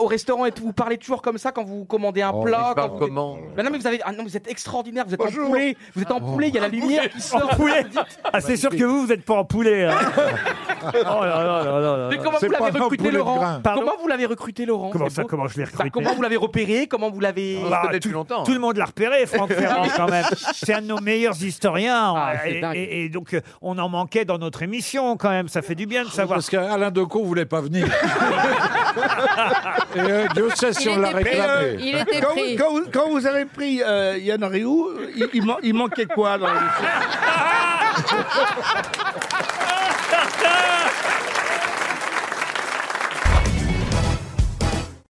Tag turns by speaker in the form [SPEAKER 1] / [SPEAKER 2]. [SPEAKER 1] au restaurant et tout, vous parlez toujours comme ça quand vous commandez un
[SPEAKER 2] Oh, mais
[SPEAKER 3] Ah,
[SPEAKER 1] plat.
[SPEAKER 2] je parle
[SPEAKER 1] quand vous-
[SPEAKER 2] comment Ah.
[SPEAKER 1] Mais non, mais vous, avez... ah non, vous êtes extraordinaire, vous êtes
[SPEAKER 2] Bonjour.
[SPEAKER 1] en poulet, vous êtes en poulet, il y a la lumière qui sort.
[SPEAKER 3] En poulet. Ah, c'est sûr que vous, vous n'êtes pas en poulet. hein. oh là là là là là.
[SPEAKER 1] Mais comment
[SPEAKER 4] C'est
[SPEAKER 1] vous l'avez
[SPEAKER 4] pas un poulet
[SPEAKER 1] recruté,
[SPEAKER 4] de
[SPEAKER 1] Laurent
[SPEAKER 4] grain.
[SPEAKER 3] Pardon
[SPEAKER 1] Comment vous l'avez recruté, Laurent
[SPEAKER 3] Comment
[SPEAKER 1] C'est
[SPEAKER 3] ça,
[SPEAKER 1] beau.
[SPEAKER 3] comment je l'ai
[SPEAKER 1] Bah,
[SPEAKER 3] recruté
[SPEAKER 1] Comment vous l'avez repéré Comment vous l'avez.
[SPEAKER 2] On se
[SPEAKER 3] Bah,
[SPEAKER 2] connaît
[SPEAKER 3] tout-
[SPEAKER 2] depuis longtemps.
[SPEAKER 3] Tout le monde l'a repéré, Franck Ferrand, quand même. C'est un de nos meilleurs historiens.
[SPEAKER 1] Ah, c'est
[SPEAKER 3] et,
[SPEAKER 1] dingue.
[SPEAKER 3] et- et donc, euh, on en manquait dans notre émission, quand même. Ça fait du bien de savoir.
[SPEAKER 4] Parce qu'Alain Decaux voulait pas venir. Et euh, Dieu sait si
[SPEAKER 5] Il
[SPEAKER 4] on l'a
[SPEAKER 5] était pris,
[SPEAKER 4] réclamé.
[SPEAKER 5] Il était
[SPEAKER 6] Quand vous,
[SPEAKER 5] pris.
[SPEAKER 6] quand vous- quand vous avez pris euh, Yann Rioux, il, il man- il manquait quoi dans l'émission